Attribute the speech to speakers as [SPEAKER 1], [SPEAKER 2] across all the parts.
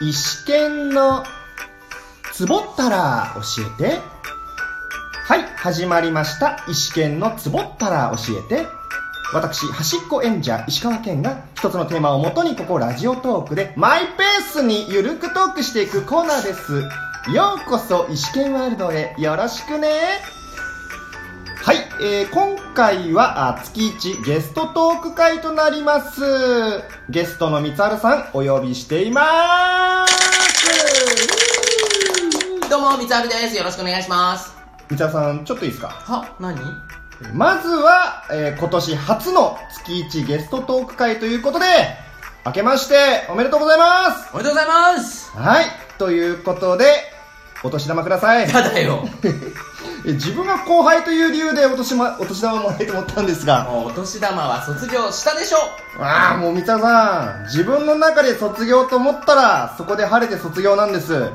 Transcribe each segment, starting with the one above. [SPEAKER 1] 石剣のつぼったら教えて。はい、始まりました。石剣のつぼったら教えて。私、端っこ演者、石川県が一つのテーマをもとにここラジオトークでマイペースにゆるくトークしていくコーナーです。ようこそ石剣ワールドへよろしくね。はい、えー今回はあ月1ゲストトーク会となります。ゲストの三春さんお呼びしています。
[SPEAKER 2] どうも、みつあるです。よろしくお願いします。
[SPEAKER 1] 三春さん、ちょっといいですか
[SPEAKER 2] は、何
[SPEAKER 1] まずは、えー今年初の月1ゲストトーク会ということで、明けましておめでとうございます
[SPEAKER 2] おめでとうございます
[SPEAKER 1] はい、ということで、お年玉ください。
[SPEAKER 2] やだよ。
[SPEAKER 1] え自分が後輩という理由でお年,、ま、お年玉もらえると思ったんですが、
[SPEAKER 2] もうお年玉は卒業したでしょ
[SPEAKER 1] ああ、もう三田さん、自分の中で卒業と思ったら、そこで晴れて卒業なんです。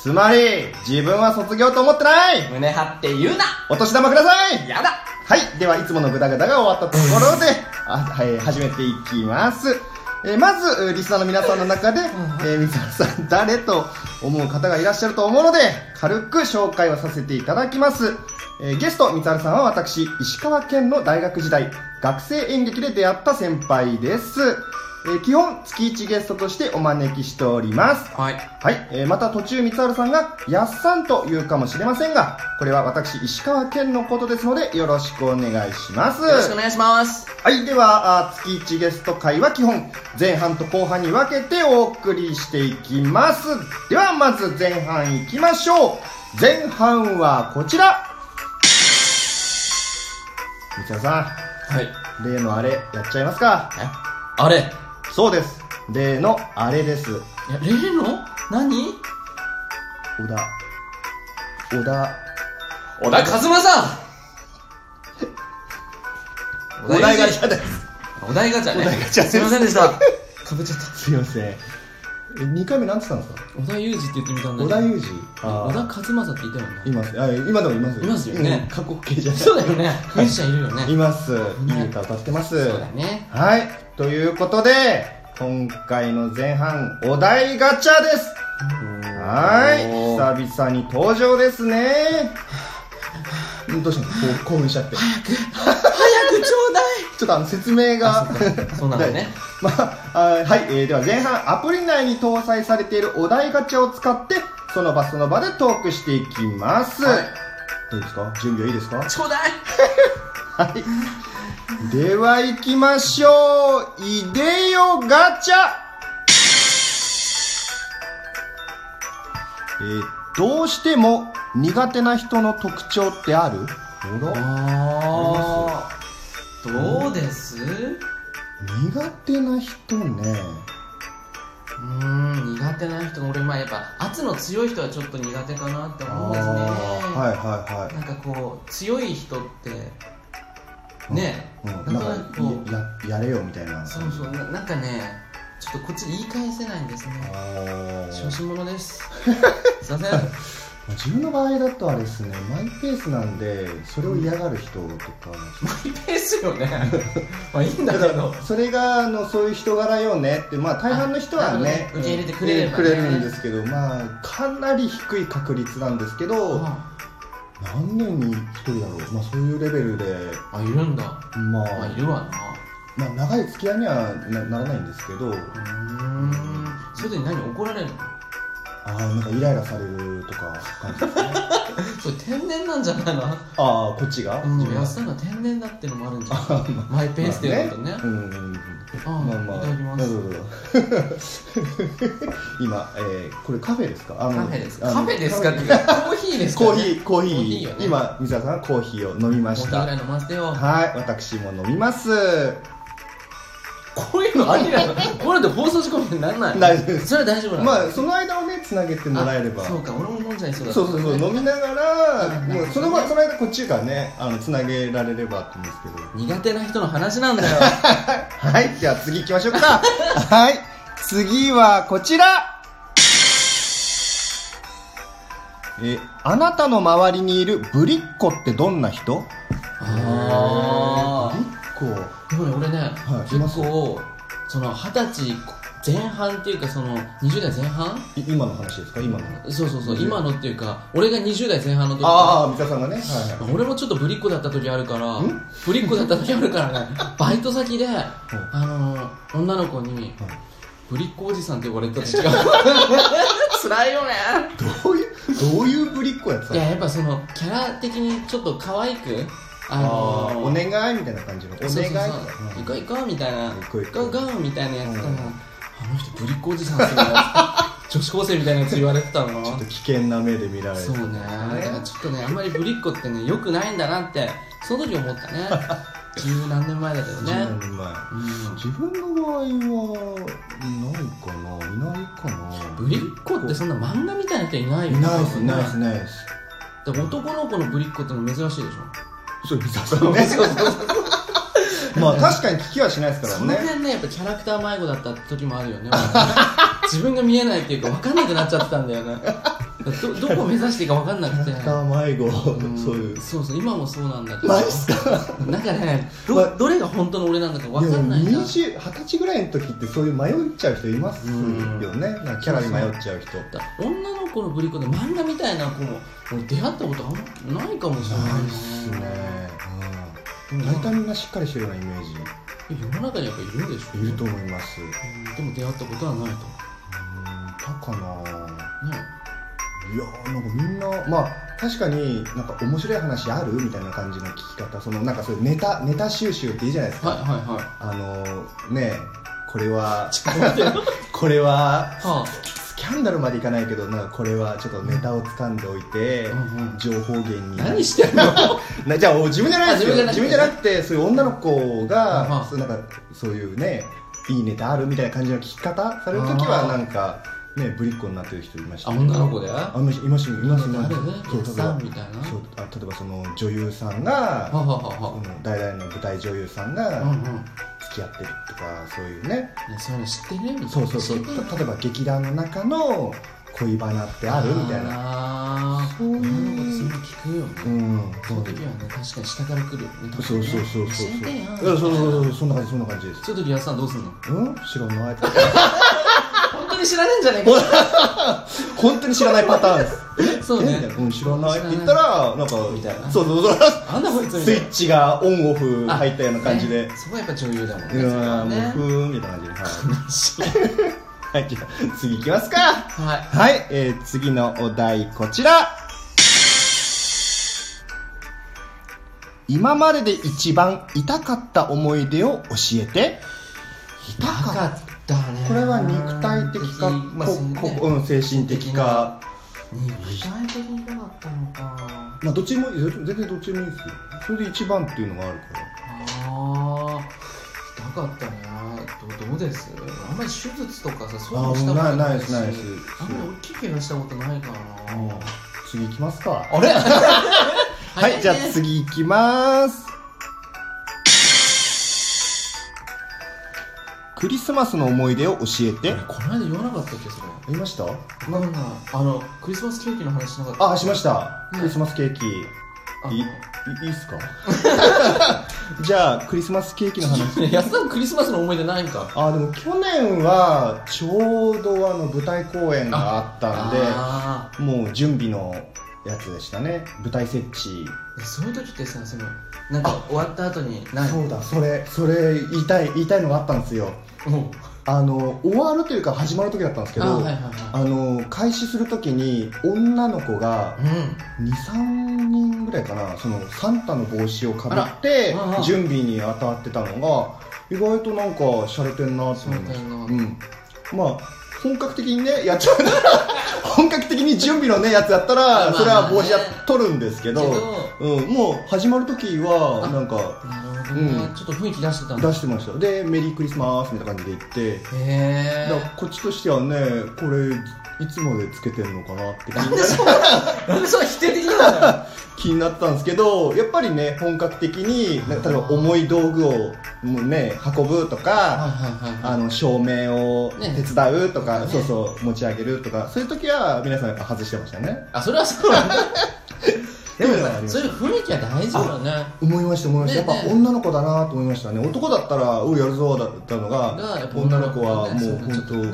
[SPEAKER 1] つまり、自分は卒業と思ってない
[SPEAKER 2] 胸張って言うな
[SPEAKER 1] お年玉ください
[SPEAKER 2] やだ
[SPEAKER 1] はい、ではいつものグダグダが終わったところで、あはい、始めていきます。えーまず、えーリスナーの皆さんの中で、えー、水原さん、誰と思う方がいらっしゃると思うので、軽く紹介をさせていただきます。えーゲスト、水原さんは私、石川県の大学時代、学生演劇で出会った先輩です。えー基本、月1ゲストとしてお招きしております。
[SPEAKER 2] はい。
[SPEAKER 1] はい、えーまた途中、三春さんが、やっさんと言うかもしれませんが、これは私、石川県のことですので、よろしくお願いします。
[SPEAKER 2] よろしくお願いします。
[SPEAKER 1] はい、では、あー月1ゲスト会は基本、前半と後半に分けてお送りしていきます。では、まず前半いきましょう。前半はこちら。三春さ
[SPEAKER 2] はい。
[SPEAKER 1] ん、例のあれ、やっちゃいますか
[SPEAKER 2] えあれい
[SPEAKER 1] そうです。例のあれです。
[SPEAKER 2] や、例の何
[SPEAKER 1] 小田。小田。
[SPEAKER 2] 小田和正さん
[SPEAKER 1] お題が嫌です。
[SPEAKER 2] お題ガチャね。
[SPEAKER 1] お題ガチャです
[SPEAKER 2] すいませんでした。かぶっちゃった。
[SPEAKER 1] すいません。え、2回目なんて言ったんですか
[SPEAKER 2] 小田裕二って言ってみたんだ
[SPEAKER 1] 小
[SPEAKER 2] けど
[SPEAKER 1] 田。裕二。
[SPEAKER 2] 小田和
[SPEAKER 1] あ
[SPEAKER 2] 正って言ったよ
[SPEAKER 1] ーい
[SPEAKER 2] ね。
[SPEAKER 1] ます。あ、今でもいます
[SPEAKER 2] いますよね
[SPEAKER 1] うん過去形じゃない。
[SPEAKER 2] そうだよ ね。ミュージシャンいるよね。
[SPEAKER 1] います。いい歌歌ってます。
[SPEAKER 2] そうだね。
[SPEAKER 1] はい。ということで、今回の前半、お題ガチャです。
[SPEAKER 2] お
[SPEAKER 1] は
[SPEAKER 2] ー
[SPEAKER 1] い。久々に登場ですね。うんどうしたのこう興奮しちゃって。
[SPEAKER 2] 早く、早くちょうだい
[SPEAKER 1] ちょっとあの説明が
[SPEAKER 2] あそっかそうなんだね
[SPEAKER 1] まあ、あはい、えーでは前半アプリ内に搭載されているお題ガチャを使ってその場その場でトークしていきます、
[SPEAKER 2] はい
[SPEAKER 1] どうですか準備はいいですか
[SPEAKER 2] ちょうだい
[SPEAKER 1] はいでは行きましょういでよガチャえーどうしても苦手な人の特徴ってあるほら
[SPEAKER 2] ああどうですう
[SPEAKER 1] 苦手な人ね
[SPEAKER 2] ーん苦手な人が俺まあやっぱ圧の強い人はちょっと苦手かなって思うんです
[SPEAKER 1] あ
[SPEAKER 2] ね
[SPEAKER 1] ーはいはいはい
[SPEAKER 2] なんかこう強い人ってね
[SPEAKER 1] うん
[SPEAKER 2] な、
[SPEAKER 1] なんん
[SPEAKER 2] か
[SPEAKER 1] か
[SPEAKER 2] こう
[SPEAKER 1] ややれよみたいな
[SPEAKER 2] そうそうななんかねちょっとこっち言い返せないんです
[SPEAKER 1] あ
[SPEAKER 2] ね
[SPEAKER 1] ー
[SPEAKER 2] 小心者ですすいません
[SPEAKER 1] 自分の場合だとあれですねマイペースなんでそれを嫌がる人とか、
[SPEAKER 2] マイペースよねまあいいんだ
[SPEAKER 1] だ
[SPEAKER 2] け
[SPEAKER 1] か
[SPEAKER 2] ど
[SPEAKER 1] らそれがあのそういう人柄よねってまあ大半の人はね
[SPEAKER 2] あなるほどね受け入れてくれればね
[SPEAKER 1] くれるんですけどまあかなり低い確率なんですけど
[SPEAKER 2] あ
[SPEAKER 1] 何年に1人だろう、まあ、そういうレベルで
[SPEAKER 2] あいるんだ
[SPEAKER 1] ま
[SPEAKER 2] まあい
[SPEAKER 1] あ、
[SPEAKER 2] るわな
[SPEAKER 1] まあ、長い付き合いにはなならないんですけど
[SPEAKER 2] うーんそれで何怒られるの
[SPEAKER 1] ああなんかイライラされるとか感じですね
[SPEAKER 2] それ天然なんじゃないの
[SPEAKER 1] ああこっちが、
[SPEAKER 2] うん、安さんが天然だってのもあるんじゃないマイペースっていうことね。
[SPEAKER 1] うんうんうん
[SPEAKER 2] あ
[SPEAKER 1] まあまあ、
[SPEAKER 2] いただきます
[SPEAKER 1] ど。うぞど うぞ今、えー、これカフェですかあ
[SPEAKER 2] カフェです
[SPEAKER 1] あ
[SPEAKER 2] か。
[SPEAKER 1] の
[SPEAKER 2] カフェですかって
[SPEAKER 1] カ
[SPEAKER 2] いう
[SPEAKER 1] フ
[SPEAKER 2] かコーヒーですか、
[SPEAKER 1] コ
[SPEAKER 2] ね。
[SPEAKER 1] ーヒー、コーヒ
[SPEAKER 2] コーヒ
[SPEAKER 1] ー。
[SPEAKER 2] ーよね
[SPEAKER 1] 今、水田さんはコーヒーを飲みま
[SPEAKER 2] コー
[SPEAKER 1] し
[SPEAKER 2] ヒー
[SPEAKER 1] た。
[SPEAKER 2] ぐらい飲ませてよ。
[SPEAKER 1] はい、私も飲みます。
[SPEAKER 2] こういうのありなの。これで放送事故になんない。
[SPEAKER 1] 大丈夫です
[SPEAKER 2] それは大丈夫なの。
[SPEAKER 1] まあ、その間をね、つなげてもらえれば。
[SPEAKER 2] あ
[SPEAKER 1] そ
[SPEAKER 2] そ
[SPEAKER 1] う
[SPEAKER 2] うか、俺も飲んじゃいそうだ。
[SPEAKER 1] そうそう、飲みながら、
[SPEAKER 2] うん
[SPEAKER 1] もうその場その間こっちがね、あのつなげられればって言うんですけど。
[SPEAKER 2] 苦手な人の話な んだよ。
[SPEAKER 1] はい、じゃあ次行きましょうか。 はい、次はこちら。え、あなたの周りにいるぶりっ子ってどんな人
[SPEAKER 2] あ
[SPEAKER 1] ぶりっ子。
[SPEAKER 2] あ。でもね、俺ね、
[SPEAKER 1] はいいま
[SPEAKER 2] 結
[SPEAKER 1] す
[SPEAKER 2] 構その二十歳前半っていうかその20代前半
[SPEAKER 1] い今の話ですか今の話
[SPEAKER 2] そうそうそう
[SPEAKER 1] 20
[SPEAKER 2] 今のっていうか俺が20代前半の時
[SPEAKER 1] ああ三田さんがねはいはい
[SPEAKER 2] 俺もちょっとぶりっ子だった時あるから
[SPEAKER 1] ん
[SPEAKER 2] ぶりっ子だった時あるから ねバイト先であ
[SPEAKER 1] うん
[SPEAKER 2] の女の子に
[SPEAKER 1] うん
[SPEAKER 2] ぶりっ子おじさんって呼ばれてた の違う辛いよね
[SPEAKER 1] どういうどういうぶりっ子やってた
[SPEAKER 2] い
[SPEAKER 1] の
[SPEAKER 2] ややっぱそのキャラ的にちょっと可愛くあの
[SPEAKER 1] あーお願いみたいな感じのお願い
[SPEAKER 2] そうそう
[SPEAKER 1] とか
[SPEAKER 2] そう行こう行こうみたいな
[SPEAKER 1] 行こう行こう
[SPEAKER 2] ゴーゴーみたいなやつから、
[SPEAKER 1] うん
[SPEAKER 2] あの人ぶりっ子おじさんっすね女子高生みたいなやつ言われてたの
[SPEAKER 1] ちょっと危険な目で見られる
[SPEAKER 2] そうねだからちょっとねあんまりぶりっ子ってねよくないんだなってその時思った ね十何年前だけどね
[SPEAKER 1] 10年前自分の場合はないかないないかな
[SPEAKER 2] うんぶりっ子ってそんな漫画みたいな人いないよ
[SPEAKER 1] いないっすいないっす
[SPEAKER 2] ね
[SPEAKER 1] いないっす
[SPEAKER 2] だから男の子のぶりっ子っての珍しいでしょ
[SPEAKER 1] そう三沢さんねまあ確かに聞きはしないですから
[SPEAKER 2] その
[SPEAKER 1] ね
[SPEAKER 2] 辺ねやっぱキャラクター迷子だった時もあるよね 俺ね自分が見えないっていうか分かんなくなっちゃってたんだよねどどこ目指していいか分かんなくて
[SPEAKER 1] キャラクター迷子
[SPEAKER 2] うん
[SPEAKER 1] そういう
[SPEAKER 2] そうそう今もそうなんだけど
[SPEAKER 1] マジっすか
[SPEAKER 2] なんかねど,、
[SPEAKER 1] ま
[SPEAKER 2] どれが本当の俺なんだか
[SPEAKER 1] で
[SPEAKER 2] 分かん
[SPEAKER 1] も
[SPEAKER 2] ないんだ
[SPEAKER 1] 20 20歳ぐらいの時ってそういう迷っちゃう人いますよねなんかキャラに迷っちゃう人
[SPEAKER 2] 女の子のぶりっ子で漫画みたいな子も俺出会ったことあんまないかもしれない
[SPEAKER 1] ないっすね
[SPEAKER 2] で
[SPEAKER 1] うん
[SPEAKER 2] も
[SPEAKER 1] 大体みんなしっかりしてるようなイメージ
[SPEAKER 2] 世の中にやっぱいるでしょ
[SPEAKER 1] いると思いますうん
[SPEAKER 2] うんでも出会ったことはないと
[SPEAKER 1] いたかな
[SPEAKER 2] ね
[SPEAKER 1] いやーなんかみんなまあ確かになんか面白い話あるみたいな感じの聞き方そのなんかそういうネタネタ収集っていいじゃないですか、
[SPEAKER 2] はいはいはい
[SPEAKER 1] あのー、ねえこれは
[SPEAKER 2] ちょっと待ってよ
[SPEAKER 1] これは
[SPEAKER 2] は
[SPEAKER 1] スキャンダルまでいかないけどなんかこれはちょっとネタを掴んでおいて、
[SPEAKER 2] うんうん
[SPEAKER 1] 情報源に
[SPEAKER 2] あ、
[SPEAKER 1] な
[SPEAKER 2] 何してんの
[SPEAKER 1] なじゃあお自分じゃないですよ
[SPEAKER 2] あ
[SPEAKER 1] 自分
[SPEAKER 2] 自分
[SPEAKER 1] じ
[SPEAKER 2] じ
[SPEAKER 1] ゃな
[SPEAKER 2] ゃな
[SPEAKER 1] くてそういう女の子が、
[SPEAKER 2] うんうん
[SPEAKER 1] そうなんかそういうねいいネタあるみたいな感じの聞き方される時は
[SPEAKER 2] あー
[SPEAKER 1] なんかねぶりっ子になってる人いました
[SPEAKER 2] あ
[SPEAKER 1] ね
[SPEAKER 2] 女の子で
[SPEAKER 1] あいましたいましたいましたいま
[SPEAKER 2] あ
[SPEAKER 1] し
[SPEAKER 2] れね
[SPEAKER 1] たそう
[SPEAKER 2] 奥さんみ
[SPEAKER 1] 例え
[SPEAKER 2] たいな
[SPEAKER 1] ば
[SPEAKER 2] は
[SPEAKER 1] そうあ例えばその女優さんが
[SPEAKER 2] ははは
[SPEAKER 1] その代々の舞台女優さん
[SPEAKER 2] はうんう
[SPEAKER 1] が
[SPEAKER 2] んね
[SPEAKER 1] 付き合ってるとかそういうね
[SPEAKER 2] そういうの知ってるみたいな
[SPEAKER 1] そうそうそう
[SPEAKER 2] 知ってる
[SPEAKER 1] た例えば劇団の中の恋バナってあるみたいな
[SPEAKER 2] な
[SPEAKER 1] そういう
[SPEAKER 2] 女の子ってそういうの聞くよね
[SPEAKER 1] うん
[SPEAKER 2] その時はね、確かに下から来るよね。
[SPEAKER 1] そうそうそうそうそう
[SPEAKER 2] 教えてよ
[SPEAKER 1] いやそうそうそうそんな感じそんな感じです
[SPEAKER 2] そういう時、安さんどうすんの
[SPEAKER 1] うん知らない
[SPEAKER 2] 本当に知らねえんじゃねえ
[SPEAKER 1] 本当に知らないパターンです
[SPEAKER 2] か。そう
[SPEAKER 1] えみた
[SPEAKER 2] ね
[SPEAKER 1] いな。うん知らないって言ったらなんか
[SPEAKER 2] みたいな
[SPEAKER 1] そうそうそう
[SPEAKER 2] あんなこいつみ
[SPEAKER 1] ス
[SPEAKER 2] た
[SPEAKER 1] イ
[SPEAKER 2] い
[SPEAKER 1] ッチがオンオフ
[SPEAKER 2] な
[SPEAKER 1] 入ったような感じで
[SPEAKER 2] ねそこはやっぱ女優だもんね。
[SPEAKER 1] うわーもう
[SPEAKER 2] ね
[SPEAKER 1] ふ。ーんみたいな感じではいは
[SPEAKER 2] は
[SPEAKER 1] い、じゃあ次行きますか。
[SPEAKER 2] い。
[SPEAKER 1] はい、えー、次のお題こちら。今までで一番痛かった思い出を教えて。痛
[SPEAKER 2] 高かったね。
[SPEAKER 1] これは肉体的か、
[SPEAKER 2] まあ、
[SPEAKER 1] こ
[SPEAKER 2] そうね
[SPEAKER 1] こうん、精神的か。
[SPEAKER 2] 肉体的になかったのか。
[SPEAKER 1] まあ、どっちもいいですよ全然どっちでもいいですよ。それで一番っていうのがあるか
[SPEAKER 2] ああ。痛かったね。どどうですあんまり手術とかさ、そういう
[SPEAKER 1] ら。
[SPEAKER 2] のしたこと
[SPEAKER 1] あー、
[SPEAKER 2] な
[SPEAKER 1] ない
[SPEAKER 2] い
[SPEAKER 1] で
[SPEAKER 2] し。
[SPEAKER 1] す、ないです。
[SPEAKER 2] あんまり大きい怪我したことないから
[SPEAKER 1] うん
[SPEAKER 2] な。
[SPEAKER 1] 次行きますか。
[SPEAKER 2] あれ
[SPEAKER 1] は、
[SPEAKER 2] はい
[SPEAKER 1] じゃあ次行きます。クリスマスの思い出を教えて。
[SPEAKER 2] この間言わなかったっけそれ
[SPEAKER 1] いました
[SPEAKER 2] なんかあのクリスマスケーキの話しなかった
[SPEAKER 1] あ、しました。
[SPEAKER 2] うん
[SPEAKER 1] クリスマスケーキ。
[SPEAKER 2] あ
[SPEAKER 1] いい、いいっす かじゃあ、クリスマスケーキの話。
[SPEAKER 2] ね安田君クリスマスの思い出ないんか
[SPEAKER 1] あ、でも去年は、ちょうどあの、舞台公演があったん
[SPEAKER 2] あ
[SPEAKER 1] で、もう準備のやつでしたね。舞台設置。
[SPEAKER 2] ーそういう時ってさそのなんか終わった後にない
[SPEAKER 1] そうだ、それ、それ、言いたい、言いたいのがあったんですよ。
[SPEAKER 2] も
[SPEAKER 1] あの、終わるというか始まる時だったんですけ
[SPEAKER 2] あー
[SPEAKER 1] ど、
[SPEAKER 2] はいはいは
[SPEAKER 1] あの開始するときに女の子が
[SPEAKER 2] いうん
[SPEAKER 1] 23人ぐらいかなそのサンタの帽子をかぶっ
[SPEAKER 2] あ
[SPEAKER 1] て
[SPEAKER 2] らうんうん
[SPEAKER 1] 準備に当たってたのが意外となんか洒落てんなって思いました、
[SPEAKER 2] 洒落てんな
[SPEAKER 1] うん、まあ本格的にねやっちゃ うなら本格的に準備のねやつやった
[SPEAKER 2] まあまあ
[SPEAKER 1] ら
[SPEAKER 2] ね
[SPEAKER 1] それは帽子や取るんですけど、
[SPEAKER 2] け
[SPEAKER 1] うん、もう始まるときはなんか
[SPEAKER 2] なるほどね、
[SPEAKER 1] うん
[SPEAKER 2] ちょっと雰囲気出してたんだ
[SPEAKER 1] 出してましたでメリークリスマスみたいな感じで行って
[SPEAKER 2] へ
[SPEAKER 1] だから
[SPEAKER 2] え
[SPEAKER 1] こっちとしてはねこれいつまでつけてんのかなって気にな
[SPEAKER 2] なんでそれ否定的なの よ
[SPEAKER 1] 気になったんですけどやっぱりね本格的になんか例えば重い道具をもうね運ぶと
[SPEAKER 2] はい
[SPEAKER 1] か
[SPEAKER 2] はいはいはい
[SPEAKER 1] あの照明を手
[SPEAKER 2] ね
[SPEAKER 1] 伝うとか、
[SPEAKER 2] ね
[SPEAKER 1] そうそう持ち上げるとかそういう時は皆さんやっぱ外してましたね
[SPEAKER 2] あそれはそうなんだ
[SPEAKER 1] い
[SPEAKER 2] でもやっ
[SPEAKER 1] いやいやあり
[SPEAKER 2] ぱ
[SPEAKER 1] ます
[SPEAKER 2] そういう雰囲気は大事だよね
[SPEAKER 1] 思いました思いました、
[SPEAKER 2] ねえ
[SPEAKER 1] やっぱ
[SPEAKER 2] ねえ
[SPEAKER 1] 女の子だなと思いましたね男だったら「うやるぞ」だったのが
[SPEAKER 2] だからやっぱ
[SPEAKER 1] 女の子は
[SPEAKER 2] ね
[SPEAKER 1] もう
[SPEAKER 2] そい
[SPEAKER 1] 本
[SPEAKER 2] の
[SPEAKER 1] 当
[SPEAKER 2] ちょっとね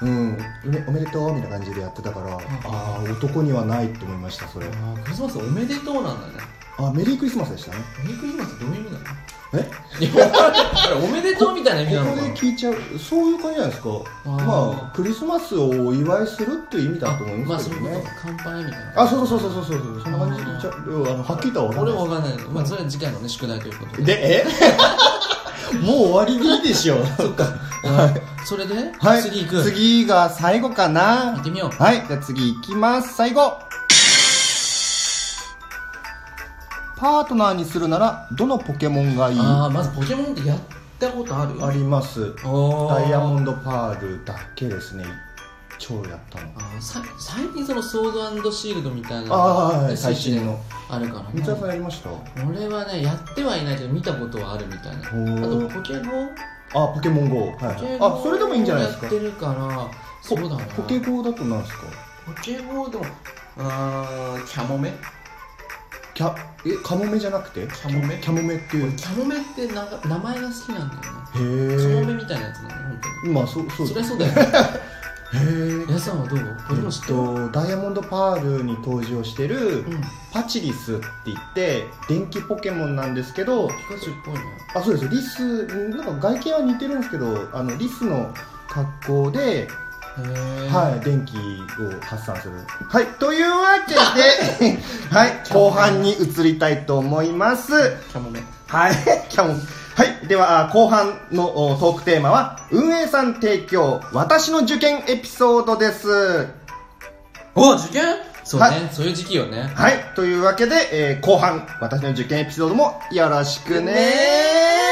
[SPEAKER 1] うんねおめでとうみたいな感じでやってたから、ああ男にはないと思いましたそれ
[SPEAKER 2] あークリスマスおめでとうなんだね
[SPEAKER 1] あメリークリスマスでしたね
[SPEAKER 2] メリークリスマスってどういう意味なの
[SPEAKER 1] え
[SPEAKER 2] いやこれおめでとうみたいな意味な
[SPEAKER 1] こ
[SPEAKER 2] の
[SPEAKER 1] こ
[SPEAKER 2] か
[SPEAKER 1] で
[SPEAKER 2] な
[SPEAKER 1] 聞いちゃうそういう感じじゃないですか
[SPEAKER 2] あー
[SPEAKER 1] まあクリスマスをお祝いするっていう意味だと思い
[SPEAKER 2] ま
[SPEAKER 1] ま
[SPEAKER 2] あ
[SPEAKER 1] す
[SPEAKER 2] そう
[SPEAKER 1] けど
[SPEAKER 2] いうこと
[SPEAKER 1] ね
[SPEAKER 2] か乾杯みたいな
[SPEAKER 1] あそうそうそうそうそうそうそんな感じで言っちゃうあのはっきりとは分かん
[SPEAKER 2] 俺
[SPEAKER 1] ない
[SPEAKER 2] もわかんないけどまあそれは次回のね宿題ということで
[SPEAKER 1] でえ もう終わりでいいでしょ そっか
[SPEAKER 2] はいそれで
[SPEAKER 1] はい
[SPEAKER 2] 次行く
[SPEAKER 1] 次が最後か
[SPEAKER 2] 行っ
[SPEAKER 1] な
[SPEAKER 2] てみよう
[SPEAKER 1] はいじゃあ次行きます最後パートナーにするならどのポケモンがいい
[SPEAKER 2] あ
[SPEAKER 1] あ
[SPEAKER 2] あまずポケモンってやったことある
[SPEAKER 1] ります
[SPEAKER 2] おー
[SPEAKER 1] ダイヤモンドパールだけですね超やったの
[SPEAKER 2] あーさ最近そのソードシールドみたいな
[SPEAKER 1] あーはい
[SPEAKER 2] ね
[SPEAKER 1] 最新の
[SPEAKER 2] あるから
[SPEAKER 1] 三
[SPEAKER 2] ね
[SPEAKER 1] 沢さんやりました
[SPEAKER 2] 俺はねやってはいないけど見たことはあるみたいな
[SPEAKER 1] ほー
[SPEAKER 2] あとポケゴ
[SPEAKER 1] あポケモン GO、はい
[SPEAKER 2] ポケゴ
[SPEAKER 1] あそれでもいいんじゃないですか
[SPEAKER 2] やってるからそ
[SPEAKER 1] ポ
[SPEAKER 2] うだな
[SPEAKER 1] ポケ GO だとなんですか
[SPEAKER 2] ポケゴでもあーキャモメ
[SPEAKER 1] キャえカモメじゃなくて
[SPEAKER 2] キャモメ
[SPEAKER 1] キャモメっていうへ
[SPEAKER 2] キャモメってな名前が好きなんだよねカモメ
[SPEAKER 1] え
[SPEAKER 2] みたいなやつなの本当
[SPEAKER 1] まあそうそう
[SPEAKER 2] に
[SPEAKER 1] で
[SPEAKER 2] そりゃ
[SPEAKER 1] す
[SPEAKER 2] そうだよね
[SPEAKER 1] へえ
[SPEAKER 2] 皆さんはどうポケモン知
[SPEAKER 1] え
[SPEAKER 2] っ
[SPEAKER 1] って
[SPEAKER 2] る
[SPEAKER 1] とダイヤモンドパールに登場してる
[SPEAKER 2] うんピ
[SPEAKER 1] パチリスって言って電気ポケモンなんですけど
[SPEAKER 2] カチュウっぽいね
[SPEAKER 1] あそうですリスなんか外見は似てるんですけどあのリスの格好で、
[SPEAKER 2] へえ
[SPEAKER 1] はい電気を発散するはいというわけで はい後半に移りたいと思います
[SPEAKER 2] キャモメ
[SPEAKER 1] はい、キャモン。はい、では、あ後半のおトークテーマは、運営さん提供、私の受験エピソードです。
[SPEAKER 2] お受験そう
[SPEAKER 1] は
[SPEAKER 2] ねそういう時期よね
[SPEAKER 1] はい、というわけで、えー後半、私の受験エピソードもよろしくね